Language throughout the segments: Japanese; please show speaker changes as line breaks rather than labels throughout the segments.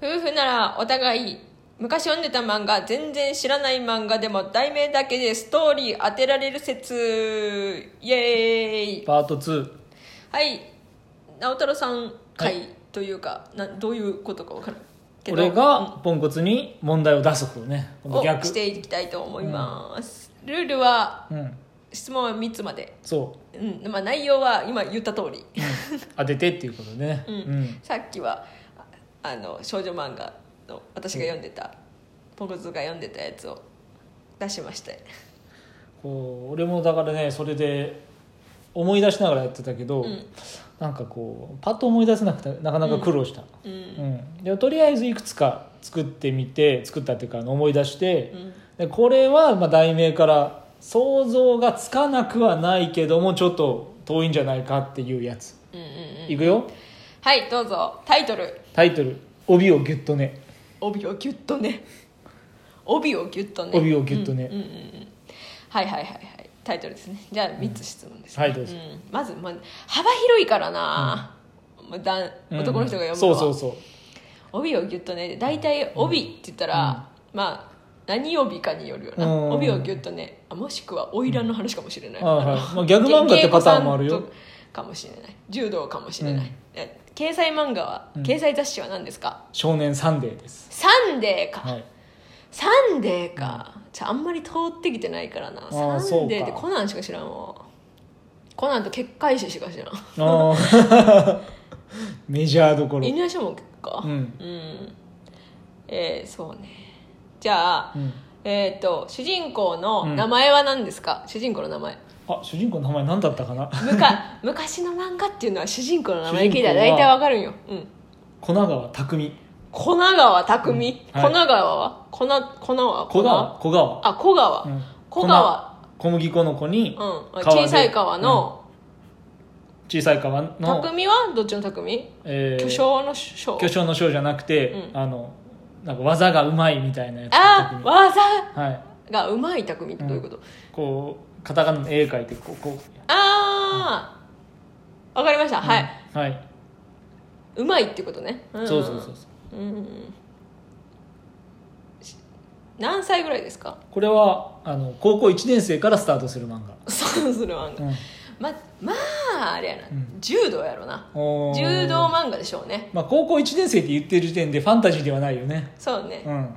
夫婦ならお互い昔読んでた漫画全然知らない漫画でも題名だけでストーリー当てられる説イエーイ
パート2
はい直太朗さん
は
会というか、などういうことか分からんけど
俺がポンコツに問題を出すことねこの
を
逆
していきたいと思います、ルールは
うん
質問は3つまで、
そう
うんまあ、内容は今言った通り、
当ててっていうことでねう
うん
ん
さっきはああの少女漫画の私が読んでた、ポンコツが読んでたやつを出しまして
こう俺もだからねそれで思い出しながらやってたけど
うん
なんかこうパッと思い出せなくてなかなか苦労した
うん
うんでとりあえずいくつか作ってみて作ったっていうかあの思い出して
うん
でこれはまあ題名から想像がつかなくはないけどもちょっと遠いんじゃないかっていうやつ
うんうんうん
いくよ
はいどうぞタイトル
タイトル「帯をギュッとね
帯をギュッとね帯をギュッとね
帯をギュッとね
うんうんうんうんはいはいはいはいタイトルですねじゃあ3つ質問です、ね
はいどうぞ
んまず、まあ、幅広いからな、まあだ」男の人が読むの
そう
は、
そうそう
帯をギュッとね大体帯って言ったら、まあ何帯かによるよな、
うん
帯をギュッとねあもしくは花魁の話かもしれない、
うんはいはいまあギャグ漫画ってパターンもあるよ
芸妓さんとかもしれない柔道かもしれない、え掲載漫画は、
うん
掲載雑誌は何ですか
「少年サンデー」です
サンデーか、
はい
サンデーか、じゃああんまり通ってきてないからなサン
ー
デーっ
そ
て
うか
コナンしか知らんわコナンと結界誌しか知らん
あー メジャーどころ
犬足も結か
うん
うんえー、そうねじゃあ、
うん
えっ、と主人公の名前は何ですか、主人公の名前
あ主人公の名前何だったかな
むか昔の漫画っていうのは主人公の名前聞いたら
主
大
人公は
体わかるんよ、うん、
粉川匠
粉川匠、
うんはい
粉川は粉粉は
小川小川
あ小川、
うん
小川
小麦粉の子に、
うん、
川で
小さい川の、
小さい川の、
匠はどっちの匠
えー
巨匠の匠
巨匠の章じゃなくて、
うん
あのなんか技がうまいみたいなやつ
ああ
の
技
匠はい
がうまい匠ってどういうこと、
こうカタカナの絵描いてこうこう、
ああわかりました、はいう
んはい、
うまいってことね、うん
そうそうそうそう
うんうんうんし何歳ぐらいですか
これはあの高校1年生からスタートする漫
そうする漫画
画、
ままああれやな、
うん
柔道やろな
うんおー
柔道漫画でしょうね
まあ、高校1年生って言ってる時点でファンタジーではないよね
そうね、
うん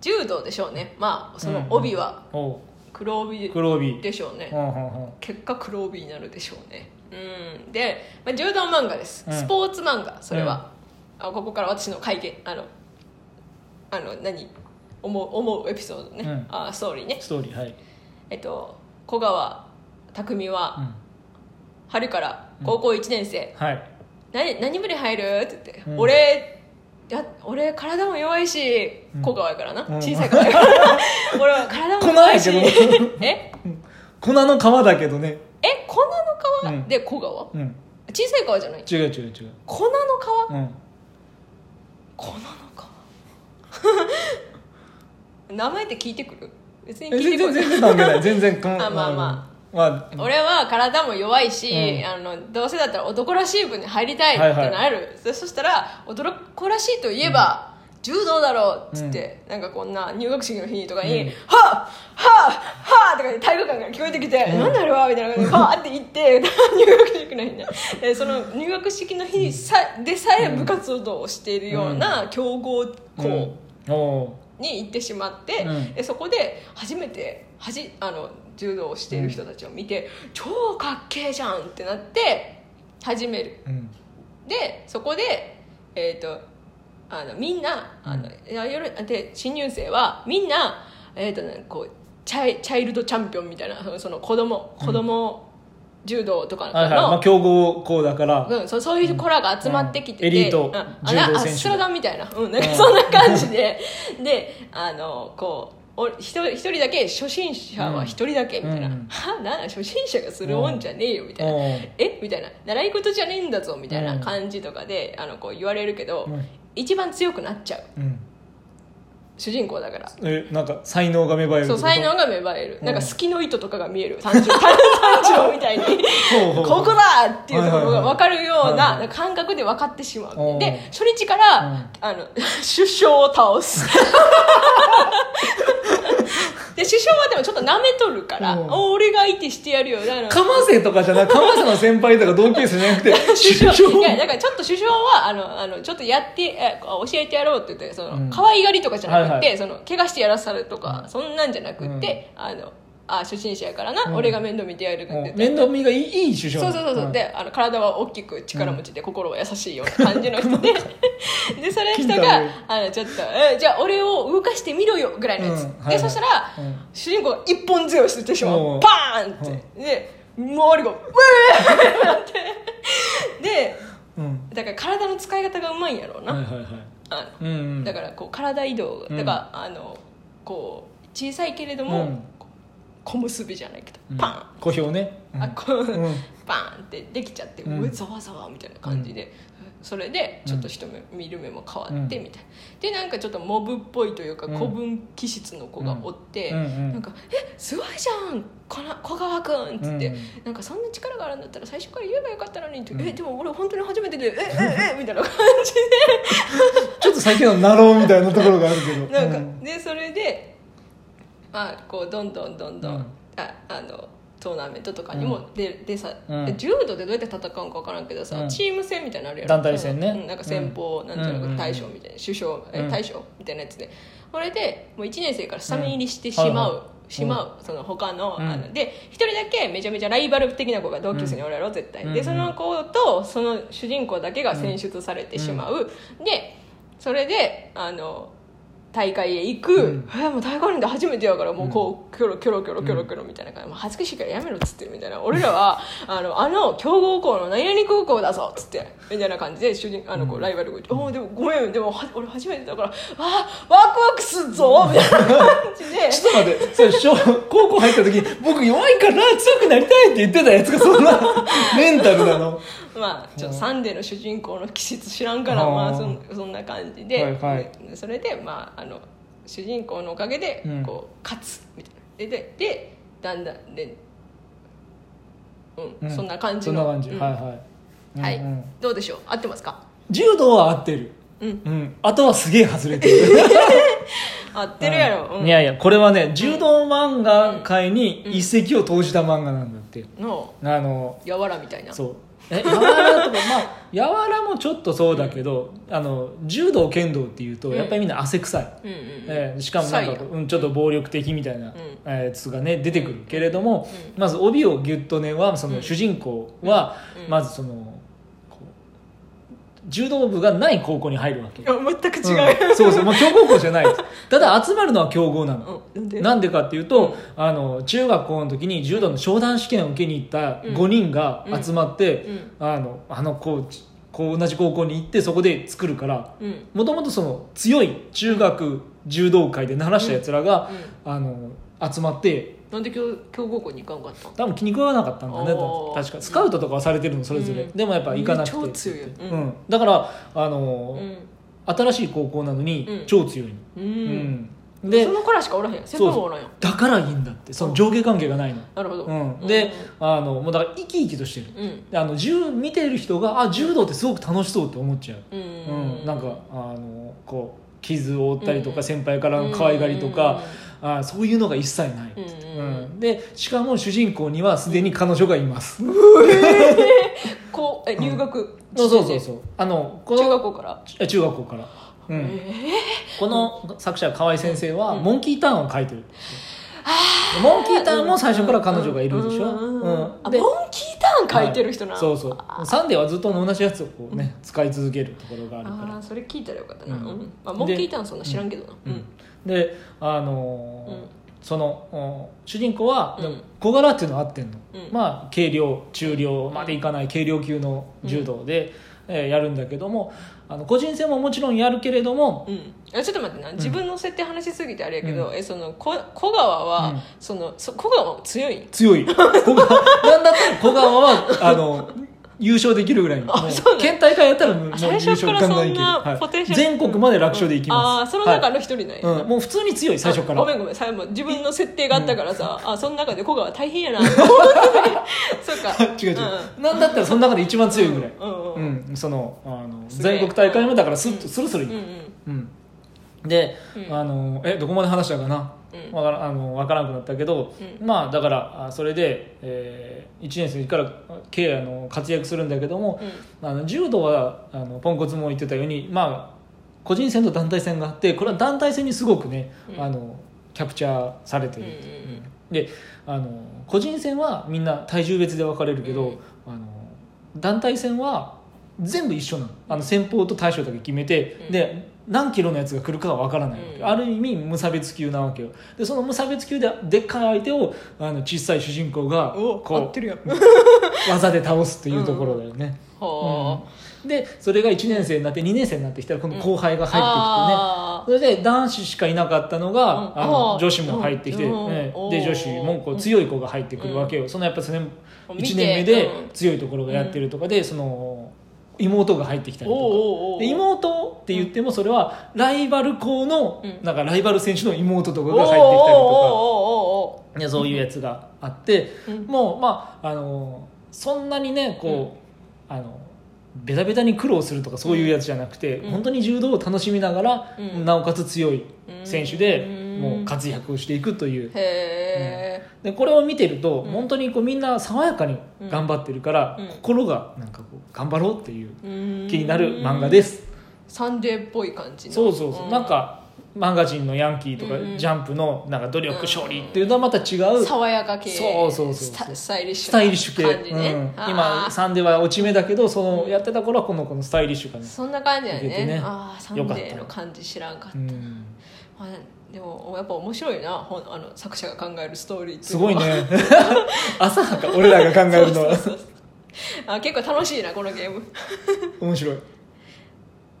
柔道でしょうねまあそ
うん
の
うん
帯は
おう
黒帯
黒帯
でしょうね、
うんうんうん
結果黒帯になるでしょうねうんで、まあ、柔道漫画です、
うん
スポーツ漫画それは、あここから私の会見あのあの何思う思うエピソードね、
うん
あストーリーね
ストーリーはい、
えっと小川匠
う
は
ん
春から高校1年生、
はい
何何部に入るって言って、
うん
俺や俺体も弱いし
うん
小川やからな、
うん
小さいからやから 俺は体も弱いし
粉やけど
え
粉の皮だけどね、
え粉の皮、
うん
で小川
うん、
小さい川じゃない
違う違う違う、
粉の皮
うん、
粉の皮 名前って聞いてくる別に
え
聞い
全
てこ
然
ない
全然関係ない全然関
あ まあま
あまあ、
俺は体も弱いし、
うん
あのどうせだったら男らしい部に入りたいって
はいはい
なる、そそしたら男らしいといえば、柔道だろうっつって、なんかこんな入学式の日とかに「
うん
はっはっはっ!」とかで体育館から聞こえてきて「なんだあれは?」みたいな感じでバーって行って 入学式の日にえその入学式の日にさでさえ部活動をしているような強豪校、
うん、お
に行ってしまって、
うん
でそこで初めてはじあの柔道をしている人たちを見て、超かっけえじゃんってなって始める
ーうん
でそこでえっ、とあのみんなあの、いや夜で新入生はみんなえっ、とねこうチャイチャイルドチャンピオンみたいなそのその子供子供柔道とかの、
はいはいまあ強豪校だから、
うん、そうそういう子らが集まってきてて、
うんエリート
あ
柔道選手
あスラダンみたいな,、うん、なんか
うん
そんな感じでであのこうお一人一人だけ初心者は一人だけみたいな「
うん
はなんだ初心者がするもんじゃねえよ」みたいな「
うん
えみたいな「習い事じゃねえんだぞ」みたいな
うん
感じとかであのこう言われるけど、
うん
一番強くなっちゃう
うん
主人公だから
えなんか才能が芽生える
そう才能
が
が芽生える、
うん
なんか隙の糸とかが見える三条三条みたいにここだっていうところが分かるよう
はいはいはいはいは
ない感覚で分かってしまう、
おー
で初日から、
うん
あの 首相を倒 すで首相はでもちょっと舐めとるから、
うん
お俺が相手してやるよだ
かませとかじゃなくかませの先輩とか同級生 じゃなくて
首相
首
いやだからちょっと首相はあのあのちょっとやってえ教えてやろうって言ってその、
うん
可愛がりとかじゃなくて、
はいはい
その怪我してやらされるとか、そんなんじゃなくって、あのあ初心者やからな、
うん
俺が面倒見てやるからって
も
言っ
う
て
面倒見がいいいい首
そ
相
うそうそうそう、
ん
であの体は大きく力持ちで、心は優しいような感じの人で でそれ人
金太郎
があのちょっとえじゃあ俺を動かしてみろよぐらいのやつ、
うんはいはい
でそしたら、
うん
主人公が一本強いしてしま
お
う
う
パーンって、で周りが「ウェー!」ってで
うん
だから体の使い方がうまいんやろうな、
はいはいはい
あの
うんうん
だからこう体移動
うん
だから、あのこう小さいけれど
う
も、
ん
こう小結びじゃないけど
うん
パン、
小兵ねうん
あこう
う
バ
ん
ーンってできちゃって、う
うん
えざわざわみたいな感じで、それでちょっと人目、見る目も変わってみたいなでなんかちょっとモブっぽいというか
うん
古文気質の子がおって、
うんうん
なんか「えすごいじゃんこの小川君」っつって、
うん
なんかそんな力があるんだったら最初から言えばよかったのに」って「
うん
えでも俺本当に初めてでえええ えみたいな感じ
ちょっと先のなろうみたいなところがあるけど
でなんか、
う
でそれでまあこうどんどんどんどん、
うん
ああのトーナメントとかにも出,、でさ、
うん
で柔道でどうやって戦うのか分からんけどさ、
うん
チーム戦みたいなのあるやろ
団体戦ね
うんなんか先方、なんていう
うんう
の
んうん
大将みたいな首相え
うん
大将みたいなやつでこれでもう1年生からスタメン入りしてしまう、
うんはいは
しまうその他の,、
うん
あので一人だけめちゃめちゃライバル的な子が同級生におるやろ絶対、
うん
でその子とその主人公だけが選出されてしまう、でそれであの大会へ行く、
うん
えもう大会あるんで初めてやからもうこうキョロキョロキョロキョロキョロみたいな感じ、もう恥ずかしいからやめろっつってみたいな俺らは あのあの強豪校の何々高校だぞっつってみたいな感じで主人あのこうライバルが言って「おうでもごめんでもは俺初めてだからあーワクワクすっぞ」みたいな感じで
ちょっと待ってそれ小高校入った時僕弱いから強くなりたいって言ってたやつがそん なメンタルなの
まあちょっと「サンデー」の主人公の気質知らんから
うん
まあそんそんな感じで、
はいはい
それでまああの主人公のおかげで
うん
こう勝つみたいなでででだんだんで、うん
うん
そんな感じ
そん
の
な感じ、
うん
はいはい、
はい
うんうん
どうでしょう合ってますか
柔道は合ってる
うん
うん、あとはすげえ外れてる
合ってるやろ、うん
いやいやこれはね柔道漫画界に一石を投じた漫画なんだって、
の
あの
やわらみたいな
そうえ柔らとかまあ柔らもちょっとそうだけど、あの柔道剣道っていうと
うん
やっぱりみんな汗臭い、
うんうん
えーしかもなん
臭い
か、
よ
うん、ちょっと暴力的みたいな、
ん
やつがね出てくるけれども、まず帯をギュッとねはその主人公は、
うん
まずそのこう柔道部がない高校に入るわけ、
いや全く 違う、
うんそうそうもう強豪校じゃないですただ集まるのは強豪なの、
うん、なんで
なんでかっていうと、あの中学校の時に柔道の商談試験を受けに行った5人が集まって、
うん
あのあのこうこう同じ高校に行ってそこで作るから
うん
もともとその強い中学柔道界で鳴らしたやつらが、あの集まって
なんで強強豪校に行かんかったん
多分気に食わなかったんだね
おー
確かスカウトとかはされてるのそれぞれ、
うん
でもやっぱ行かなくて
超強いよ
う
うんん
だからあの、
うん
新しい高校なのに
うん
超強いの、
う、
うんん
で
で
その子らしかおらへん先輩もおらんよ
だからいいんだってその上下関係がないの
なるほど、
うん、で、あのもうだから生き生きとしてる
うん
であの柔見てる人があ柔道ってすごく楽しそうって思っちゃう、
うん
うん、なんかあのこう傷を負ったりとか、
うん
先輩からの可愛がりとか、あそういうのが一切ない、
うんうんう ん
でしかも主人公にはすでに彼女がいます、
こうえ入学
そうそうそう
う
そうあのこ
中
の
学校から
え中学校から、うんこの作者河合先生は「モンキーターン」を書いてる、モンキーターンも最初から彼女がいるでしょ、
うん
う
あモ
ん、で
ンキーターン書いてる人な、
そうそうサンデーはずっと同じやつをこうね使い続けるところがあるか
あ
ら
あそれ聞いたらよかったな、
う
うんんまあ、モンキーターンそんな知らんけどな、
う
うん
ん、であのー
うん
そのお主人公は
うん
小柄っていうのは合ってんの、
うん
まあ軽量中量までいかない軽量級の柔道で、えーやるんだけどもあの個人戦ももちろんやるけれども
うんえちょっと待ってな自分の設定話しすぎてあれやけど、えそのこ小川は、
うん
そのそ小川も強いん
強い小川なんだったら小川はあの優勝できるぐらいにもう
あそうなの
県大会やったらもうもう優
最
勝
初からそんな
はい
ポテンシャル
全国まで楽勝でいき
あ
ま
あ
す
その中
は
の一人なん
い
や
うんもう普通に強い最初か
あごめ
ら
んごめんさもう自分の設定があったからさ、あその中で古川大変や なそうか
違う違う
う
なんだったらその中で一番強いぐらい
んうんうん、
うんそのあの
すげえ
全国大会もだからスッとスルスルい
うんう
く
ん
うんで
うん
あのえどこまで話したかな
うん
わからあのわからなくなったけど、
うん
まあだからあそれで、え1年生からケアの活躍するんだけども、あの柔道はあのポンコツも言ってたようにまあ個人戦と団体戦があってこれは団体戦にすごくね、
うん
あのキャプチャーされて
うん
る、
うんうん
であの個人戦はみんな体重別で分かれるけど、
うん
あの団体戦は全部一緒なのあの先方と大将だけ決めて、
うん
で何キロのやつが来るかは分からないわけ、
うん
ある意味無差別級なわけよでその無差別級ででっかい相手をあの小さい主人公が
お合っ
こ
てるやん
う技で倒すというところだよね、
は
うんでそれが1年生になって2年生になってきたら今度後輩が
あ
入ってきてね、
あ
それで男子しかいなかったのが、
うん
あの
あー
女子も入ってきて、
うん
ね
うん
で女子もこう強い子が入ってくるわけよ、そのやっぱその
見て
1年目
う
で
ん
強いところがやってるとかで、その妹が入ってきた
ー
り
おう
とか。
おうおう
で妹って言ってもそれはライバル校の
うん
なんかライバル選手の妹とかが入ってきたり
おうおう
と
おうおうおう
かいやそういうやつがあって
うん
もうまああのそんなにねこう、あのベタベタに苦労するとかそういうやつじゃなくて、
うん
本当に柔道を楽しみながら、
うん
なおかつ強い選手で、
うん
もう活躍をしていくという
へ
でこれを見てると、
うん
本当にこうみんな爽やかに頑張ってるから、
うん
心がなんかこう頑張ろうっていう
え
気になる漫画です、
サンデーっぽい感じの
そうそうそう、
ん
なんかマガジンの「ヤンキー」とか、
うん
ジャンプ」のなんか努力
うん
勝利っていうのはまた違う
爽やか系
そうそうそう
スタスタイリッシュ
スタイリッシュ系、
な感じね、
うん、
あー
今3では落ち目だけどそのやってた頃はこのこのスタイリッシュかね、
そんな感じだよ
受け
ね
てね
ああサンデ
よかった
ーの感じ知らんかった、
うん、
まあ、でもやっぱ面白いなほんあの作者が考えるストーリーって
す
うのは
ごい ね浅はか俺らが考えるのは
あ結構楽しいなこのゲーム
面白い